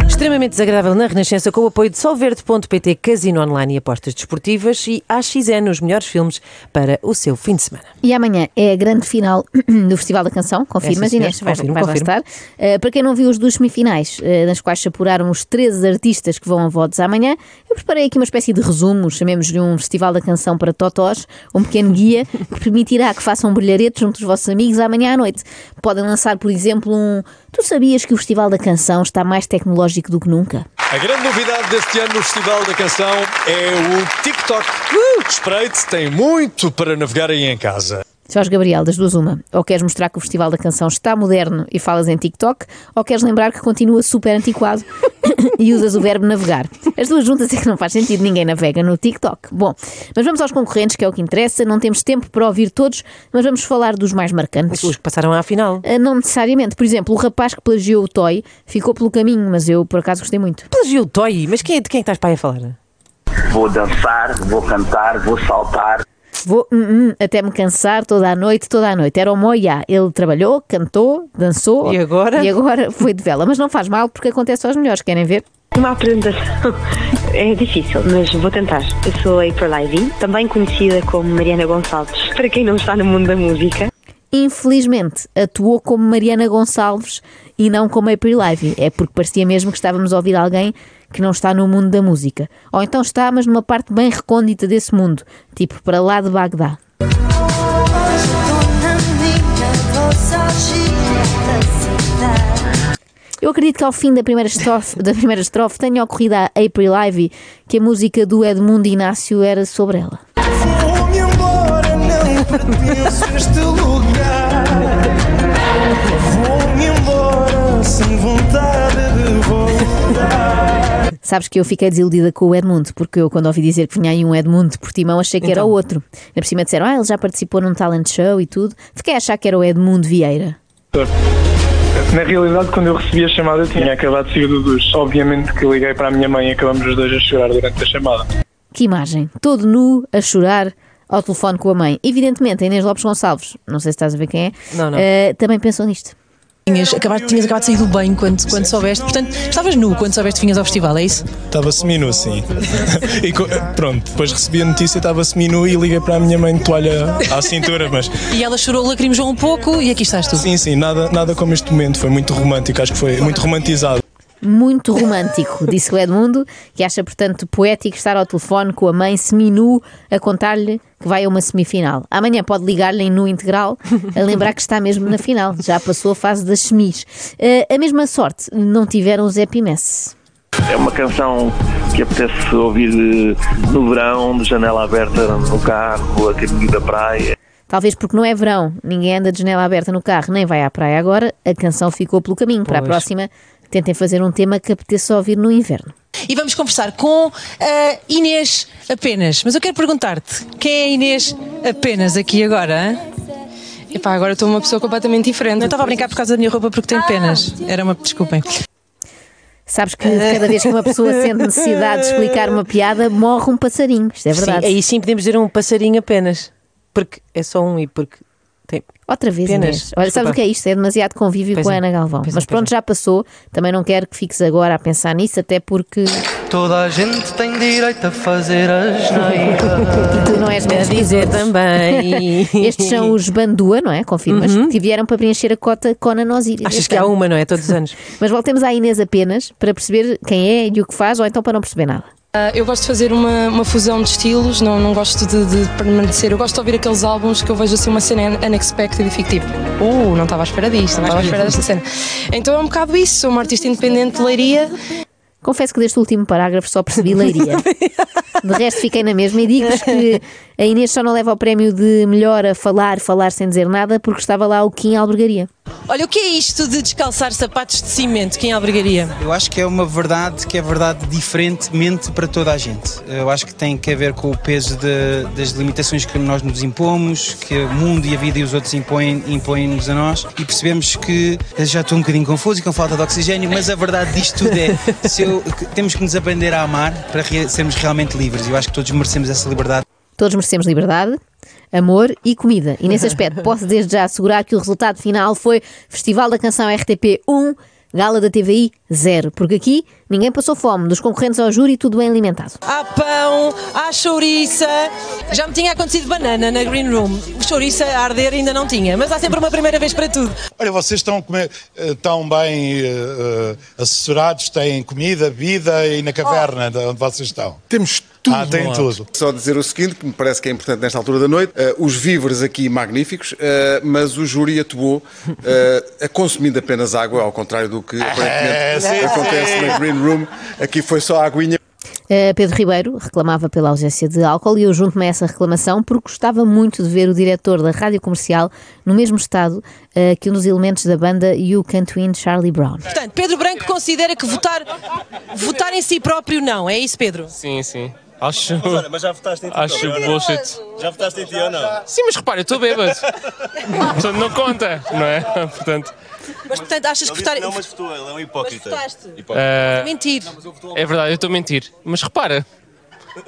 Extremamente desagradável na Renascença com o apoio de solverde.pt, casino online e apostas desportivas e AXN, os melhores filmes para o seu fim de semana. E amanhã é a grande final do Festival da Canção, confirmas, Essa, Inês? senhora, Vais, confirmo, vais lá confirmo. estar. Eh, para quem não viu os duas semifinais, eh, nas quais chapuraram os 13 artistas que vão a votos amanhã, eu preparei aqui uma espécie de resumo, chamemos-lhe um Festival da Canção para Totós, um pequeno guia que permitirá que façam um brilharete junto dos vossos amigos amanhã à noite. Podem lançar, por exemplo, um Tu sabias que o Festival da Canção está mais tecnológico do que nunca? A grande novidade deste ano no Festival da Canção é o TikTok. Uh! Espreite tem muito para navegar aí em casa. Jorge Gabriel, das duas uma. Ou queres mostrar que o Festival da Canção está moderno e falas em TikTok, ou queres lembrar que continua super antiquado e usas o verbo navegar. As duas juntas é que não faz sentido, ninguém navega no TikTok. Bom, mas vamos aos concorrentes, que é o que interessa. Não temos tempo para ouvir todos, mas vamos falar dos mais marcantes. Os que passaram à final. Ah, Não necessariamente. Por exemplo, o rapaz que plagiou o Toy ficou pelo caminho, mas eu por acaso gostei muito. Plagiou o Toy, mas quem, é- de quem é que estás para aí a falar? Vou dançar, vou cantar, vou saltar. Vou hum, hum, até me cansar toda a noite, toda a noite. Era o Moia. Ele trabalhou, cantou, dançou. E agora? E agora foi de vela. Mas não faz mal porque acontece aos melhores. Querem ver? Uma apresentação é difícil, mas vou tentar. Eu sou a April Ivy, também conhecida como Mariana Gonçalves. Para quem não está no mundo da música, Infelizmente, atuou como Mariana Gonçalves e não como April Live. É porque parecia mesmo que estávamos a ouvir alguém que não está no mundo da música. Ou então está, mas numa parte bem recôndita desse mundo. Tipo, para lá de Bagdá. Eu acredito que ao fim da primeira estrofe, da primeira estrofe tenha ocorrido à April Ivy que a música do Edmundo Inácio era sobre ela. Vou-me embora, não pertenço a este lugar. Vou-me embora sem vontade de voltar. Sabes que eu fiquei desiludida com o Edmundo, porque eu, quando ouvi dizer que vinha aí um Edmundo de Portimão, achei que era Então. o outro. Ainda por cima disseram, ah, ele já participou num talent show e tudo. Fiquei a achar que era o Edmundo Vieira. Na realidade, quando eu recebi a chamada, eu tinha acabado de sair do duche. Obviamente que liguei para a minha mãe e acabamos os dois a chorar durante a chamada. Que imagem! Todo nu, a chorar, ao telefone com a mãe. Evidentemente, a Inês Lopes Gonçalves, não sei se estás a ver quem é, Não, não. eh, também pensou nisto. Tinhas acabado, tinhas acabado de sair do banho quando, quando soubeste. Portanto, estavas nu quando soubeste que vinhas ao festival, é isso? Estava seminu, sim. E co- pronto, depois recebi a notícia, estava seminu e liguei para a minha mãe de toalha à cintura, mas E ela chorou, lacrimejou um pouco e aqui estás tu. sim, sim, nada, nada como este momento. Foi muito romântico, acho que foi muito romantizado. Muito romântico, disse o Edmundo, que acha, portanto, poético estar ao telefone com a mãe seminu a contar-lhe que vai a uma semifinal. Amanhã pode ligar-lhe em nu integral a lembrar que está mesmo na final. Já passou a fase das semis. Eh, a mesma sorte não tiveram o Zé Pimesse. É uma canção que apetece ouvir eh, no verão, de janela aberta no carro, a caminho da praia. Talvez porque não é verão, ninguém anda de janela aberta no carro, nem vai à praia agora, a canção ficou pelo caminho. Para a Pois. próxima, tentem fazer um tema que apeteça ouvir no inverno. E vamos conversar com a Inês apenas. Mas eu quero perguntar-te, quem é a Inês apenas aqui agora? hã? Epá, agora estou uma pessoa completamente diferente. Não estava a brincar por causa da minha roupa porque Ah, tenho penas. Era uma. Desculpem. É Sabes que cada vez que uma pessoa sente necessidade de explicar uma piada, morre um passarinho. Isto é verdade. Sim, aí sim podemos dizer um passarinho apenas. Porque é só um e porque. Tem... Outra vez, Penas. Inês. Olha, sabes Desculpa. o que é isto? É demasiado convívio Pois com a é. Ana Galvão. Pois é, pois Mas pronto, já passou. Também não quero que fiques agora a pensar nisso, até porque Toda a gente tem direito a fazer as neiras. tu não és A menos dizer que os outros. também. Estes são os Bandua, não é? Confirmas? Que vieram para preencher a cota Conan Osiris. Uhum. Achas este que há um- ano. uma, não é? Todos os anos. Mas voltemos à Inês apenas para perceber quem é e o que faz, ou então para não perceber nada. Ah, Eu gosto de fazer uma, uma fusão de estilos, não, não gosto de, de permanecer. Eu gosto de ouvir aqueles álbuns que eu vejo assim uma cena un- unexpected e fico tipo, uh, não estava à espera disto, não estava à espera desta cena. Então é um bocado isso, sou uma artista independente de leiria. Confesso que deste último parágrafo só percebi leiria. De resto, fiquei na mesma e digo-vos que a Inês só não leva o prémio de melhor a falar, falar sem dizer nada, porque estava lá o Kim Albergaria. Olha, o que é isto de descalçar sapatos de cimento? Quem é albergaria? Eu acho que é uma verdade que é verdade diferentemente para toda a gente. Eu acho que tem que ver com o peso de- das limitações que nós nos impomos, que o mundo e a vida e os outros impõem- impõem-nos a nós e percebemos que eu já estou um bocadinho confuso e com falta de oxigênio, mas a verdade disto tudo é se eu- que temos que nos aprender a amar para re- sermos realmente livres. Eu acho que todos merecemos essa liberdade. Todos merecemos liberdade, amor e comida. E nesse aspecto, posso desde já assegurar que o resultado final foi Festival da Canção RTP 1, Gala da TVI 0. Porque aqui ninguém passou fome, dos concorrentes ao júri, tudo bem alimentado. Há pão, há chouriça. Já me tinha acontecido banana na Green Room. Chouriça a arder ainda não tinha, mas há sempre uma primeira vez para tudo. Olha, vocês estão, come- eh, tão bem eh, eh, assessorados, têm comida, bebida e na caverna de onde vocês estão. Temos tudo. Ah, têm tudo. Só dizer o seguinte, que me parece que é importante nesta altura da noite, eh, os víveres aqui magníficos, eh, mas o júri atuou eh, a consumindo apenas água, ao contrário do que aparentemente sim, acontece sim. na Green Room. Aqui foi só aguinha. Uh, Pedro Ribeiro reclamava pela ausência de álcool e eu junto-me a essa reclamação porque gostava muito de ver o diretor da rádio comercial no mesmo estado uh, que um dos elementos da banda You Can't Win Charlie Brown. Portanto, Pedro Branco considera que votar, votar em si próprio não, é isso, Pedro? Sim, sim. Acho. mas já votaste em ti Acho também, ou não? bullshit. Já votaste em ti ou não? Sim, mas repara, eu estou bêbado. Portanto, não conta, não é? Portanto, Mas portanto, achas que votar. Não, mas votou, ele é um hipócrita. Mas votaste. eh, Mentir. é verdade, eu estou a mentir. Mas repara,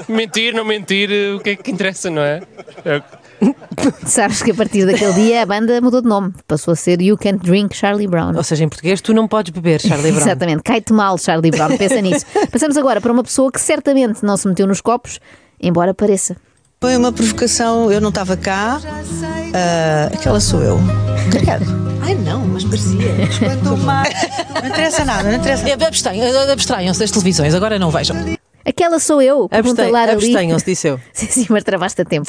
mentir, não mentir, eh, o que é que interessa, não é? Eu- Sabes que a partir daquele dia a banda mudou de nome, passou a ser You Can't Drink Charlie Brown. Ou seja, em português, tu não podes beber Oh, Charlie Brown. Exatamente, cai-te mal Charlie Brown, pensa nisso. Passamos agora para uma pessoa que certamente não se meteu nos copos, embora pareça. Foi uma provocação, eu não estava cá. ah, aquela sou eu. Ai não, mas parecia. Não interessa nada, não interessa. Abstenham-se É, das televisões, agora não vejam. Aquela sou eu, pergunta Abstém- Lara Lee. Abstenham-se, disse eu. Sim, sim, mas travaste a tempo.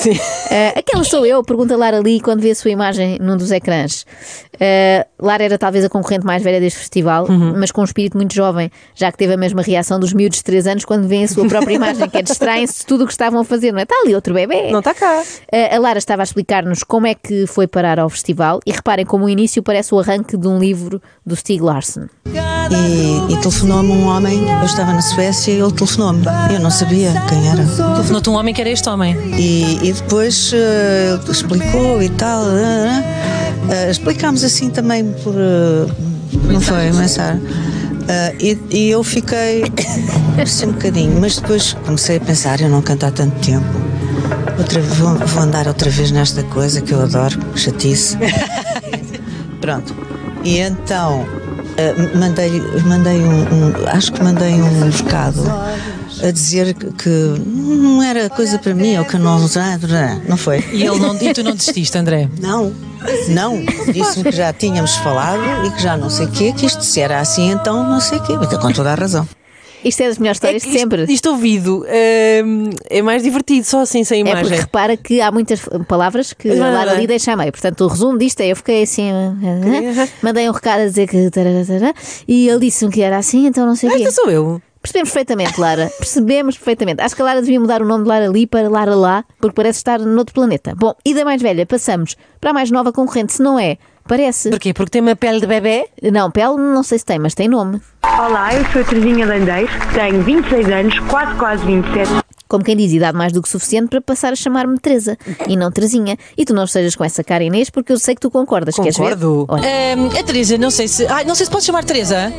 Eh, aquela sou eu, pergunta Lara Lee quando vê a sua imagem num dos ecrãs. Eh, Lara era talvez a concorrente mais velha deste festival, mas com um espírito muito jovem, já que teve a mesma reação dos miúdos de 3 anos quando vêem a sua própria imagem, que é distraem-se de tudo o que estavam a fazer, não é? Está ali outro bebê. Não está cá. a Lara estava a explicar-nos como é que foi parar ao festival e reparem como o início parece o arranque de um livro do Stieg Larsson. E, e telefonou-me um homem, eu estava na Suécia e ele telefonou-me. Eu não sabia quem era. Telefonou-te um homem que era este homem. E, e depois eh, ele explicou e tal. né, né. Eh, explicámos assim também por. eh, não foi, mensagem. Eh, e, e eu fiquei assim um bocadinho, mas depois comecei a pensar, eu não canto há tanto tempo. Outra, vou, vou andar outra vez nesta coisa que eu adoro, chatice. Pronto. E então eh, mandei, mandei um, um- Acho que mandei um bocado a dizer que- que não era coisa para mim, ou que não usava, não foi? E, ele não, e tu não desististe, André? Não, não. Disse-me que já tínhamos falado e que já não sei o quê, que isto se era assim, então não sei o quê. Mas com toda a razão. Isto é das melhores É histórias que de isto- sempre. Isto ouvido hum, é mais divertido, só assim, sem É porque imagem. É repara que há muitas palavras que a Lara ali deixa a meio. Portanto, o resumo disto é: eu fiquei eh, assim, ah, ah, mandei um recado a dizer que. tarará, tarará, E ele disse-me que era assim, então não sei o quê. sou eu. Percebemos perfeitamente, Lara. Percebemos perfeitamente. Acho que a Lara devia mudar o nome de Lara Lee para Lara Lá, porque parece estar noutro planeta. Bom, e da mais velha, passamos para a mais nova concorrente, se não é. Parece. Porquê? Porque tem uma pele de bebê? Não, pele não sei se tem, mas tem nome. Olá, eu sou a Teresinha Landeiro, tenho 26 anos, quase quase 27. Como quem diz, idade mais do que suficiente para passar a chamar-me Teresa e não Teresinha. E tu não estejas com essa cara, Inês, porque eu sei que tu concordas. Concordo. Hum, Queres ver? Olha. Ahm, a Teresa, não sei se. Ai, não sei se podes chamar Teresa.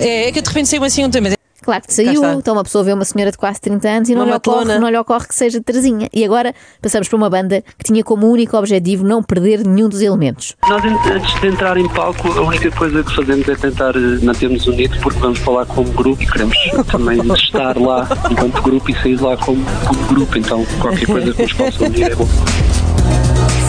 É, é que eu de repente saiu assim um tema. Claro que saiu, então uma pessoa vê uma senhora de quase 30 anos e não, Uma lhe ocorre, matelona. não lhe ocorre que seja Terezinha. E agora passamos para uma banda que tinha como único objetivo não perder nenhum dos elementos. Nós, an- antes de entrar em palco, a única coisa que fazemos é tentar eh, manter-nos unidos, porque vamos falar como grupo e queremos também estar lá enquanto grupo e sair lá como, como grupo. Então, qualquer coisa que nos possa unir é bom.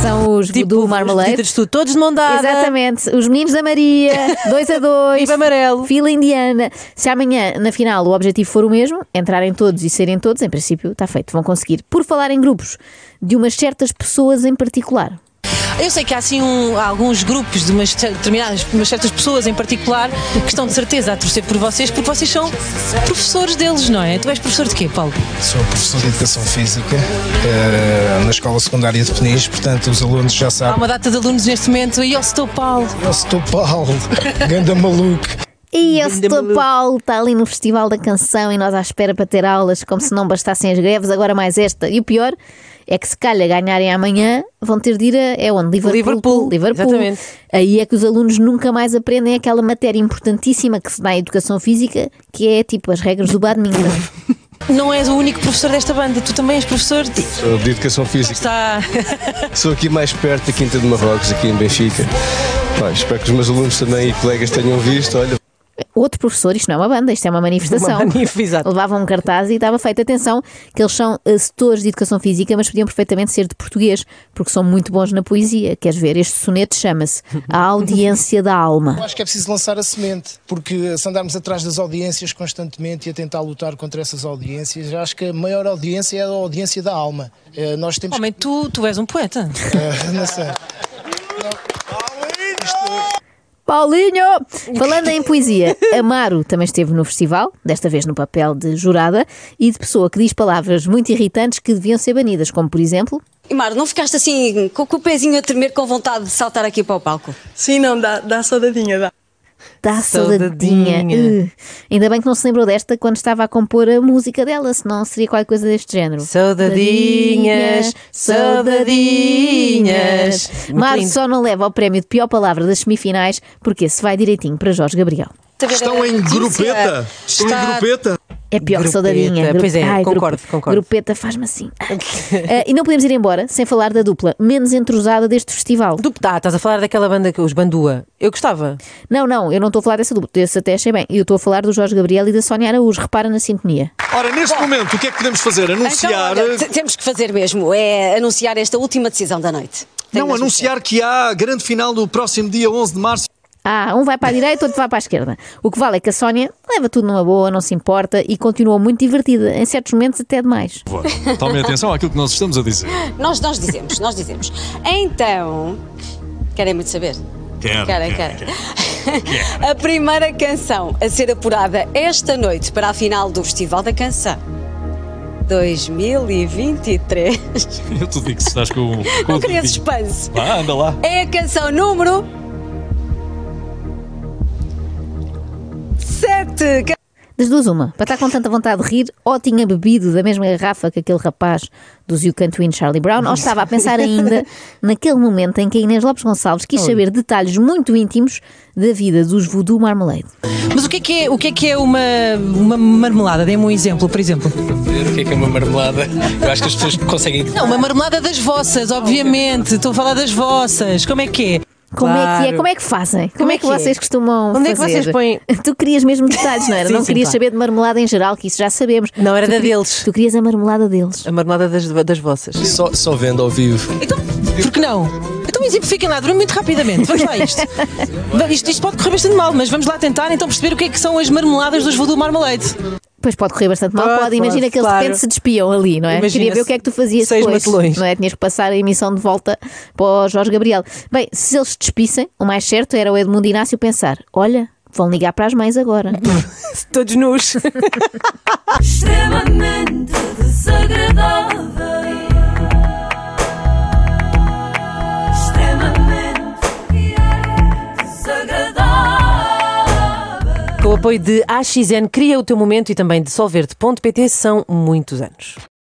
São os Tipo do Marmalade. todos tipo, de mão dada. Exatamente. Os meninos da Maria, 2 a 2. Viva amarelo. Fila indiana. Se amanhã, na final, o objetivo for o mesmo, entrarem todos e saírem todos, em princípio está feito, vão conseguir. Por falar em grupos, de umas certas pessoas em particular. Eu sei que há assim um- alguns grupos de umas cer- determinadas, umas certas pessoas em particular que estão de certeza a torcer por vocês, porque vocês são professores deles, não é? Tu és professor de quê, Paulo? Sou professor de Educação Física eh, na Escola Secundária de Peniche, portanto os alunos já Há sabem. uma data de alunos neste momento e eu estou Paulo. Eu estou Paulo, ganda maluco. E esse Paulo está ali no Festival da Canção e nós à espera para ter aulas, como se não bastassem as greves, agora mais esta. E o pior é que se calhar ganharem amanhã, vão ter de ir a é onde? Liverpool. Liverpool, exatamente. Aí é que os alunos nunca mais aprendem aquela matéria importantíssima que se dá em educação física, que é tipo as regras do badminton. Não és o único professor desta banda, tu também és professor de. tá. Sou de Educação Física. Está. Sou aqui mais perto da Quinta de Marrocos, aqui em Benfica. Pá, espero que os meus alunos também e colegas tenham visto. Olha, Outro professor, isto não é uma banda, isto é uma manifestação. Uma Levavam um cartaz e estava feita atenção que eles são eh, setores de educação física, mas podiam perfeitamente ser de português, porque são muito bons na poesia. Queres ver? Este soneto chama-se A Audiência da Eu Alma. acho que é preciso lançar a semente, porque se andarmos atrás das audiências constantemente e a tentar lutar contra essas audiências, eu acho que a maior audiência é a audiência da alma. Eh, nós temos. Homem, tu, tu és um poeta. Eh, não sei. Paulinho! Falando em poesia, Amaro também esteve no festival, desta vez no papel de jurada, e de pessoa que diz palavras muito irritantes que deviam ser banidas, como por exemplo. E Mar, não ficaste assim com, com o pezinho a tremer com vontade de saltar aqui para o palco? Sim, não, dá, dá saudadinha, dá. Dá saudadinha. Uh, ainda bem que não se lembrou desta quando estava a compor a música dela, senão seria qualquer coisa deste género. Saudadinhas, saudadinhas. Muito Mar lindo. só não leva ao prémio de pior palavra das semifinais, porque esse vai direitinho para Jorge Gabriel. Estão Então, em grupeta. Estão em grupeta. É pior que saudadinha. Pois é, Ai, grupo- concordo, concordo. Grupeta faz-me assim. Ah, e não podemos ir embora sem falar da dupla menos entrosada deste festival. Ah, estás a falar daquela banda que os Bandua. Eu gostava. Não, não, eu não estou a falar dessa dupla, desse até achei bem. Eu estou a falar do Jorge Gabriel e da Sónia Araújo. Repara na sintonia. Ora, neste momento, o que é que podemos fazer? Anunciar. Então, olha, t- temos que fazer mesmo, é anunciar esta última decisão da noite. não, anunciar que há a grande final do próximo dia 11 de março. Ah, um vai para a direita, outro vai para a esquerda. O que vale é que a Sónia leva tudo numa boa, não se importa e continua muito divertida, em certos momentos até demais. Tomem atenção àquilo que nós estamos a dizer. Nós, nós dizemos, nós dizemos. Então, querem muito saber? Quero, Querem, quero, querem. A primeira canção a ser apurada esta noite para a final do Festival da Canção 2023. Eu te digo que estás com, com Não o queria dedinho. suspense. Vá, anda lá. É a canção número 7. Das duas, uma. Para estar com tanta vontade de rir, ou tinha bebido da mesma garrafa que aquele rapaz dos You Can't Win Charlie Brown, ou estava a pensar ainda naquele momento em que a Inês Lopes Gonçalves quis saber detalhes muito íntimos da vida dos Voodoo Marmalade. Mas o que é que é, o que é, que é uma, uma marmelada? Dê-me um exemplo, por exemplo. Ver o que é que é uma marmelada. Eu acho que as pessoas conseguem. Não, uma marmelada das vossas, obviamente. Estou a falar das vossas. Como é que é? Como é que é? Como é que fazem? Como, é que, vocês costumam Onde é que fazer? vocês põem- Tu querias mesmo detalhes, não era? Sim, não sim, querias claro. saber de marmelada em geral, que isso já sabemos. Não, era da deles. Tu querias a marmelada deles. A marmelada das, das vossas. Só, só vendo ao vivo. Por que não? Então, mas fiquem lá, dormem muito rapidamente. Vamos lá a isto. Va- isto. Isto pode correr bastante mal, mas vamos lá tentar então perceber o que é que são as marmeladas dos Voodoo Marmalade. Pois pode correr bastante mal, pode. Imagina que eles de repente se despiam ali, não é? Imagina Queria ver se- o que é que tu fazias seis depois. matelões. Não é? Tinhas que passar a emissão de volta para o Jorge Gabriel. Bem, se eles se despissem, o mais certo era o Edmundo Inácio pensar: olha, vão ligar para as mães agora. Todos nus. extremamente desagradável. Extremamente desagradável. Com o apoio de AXN, cria o teu momento e também de solverde.pt são muitos anos.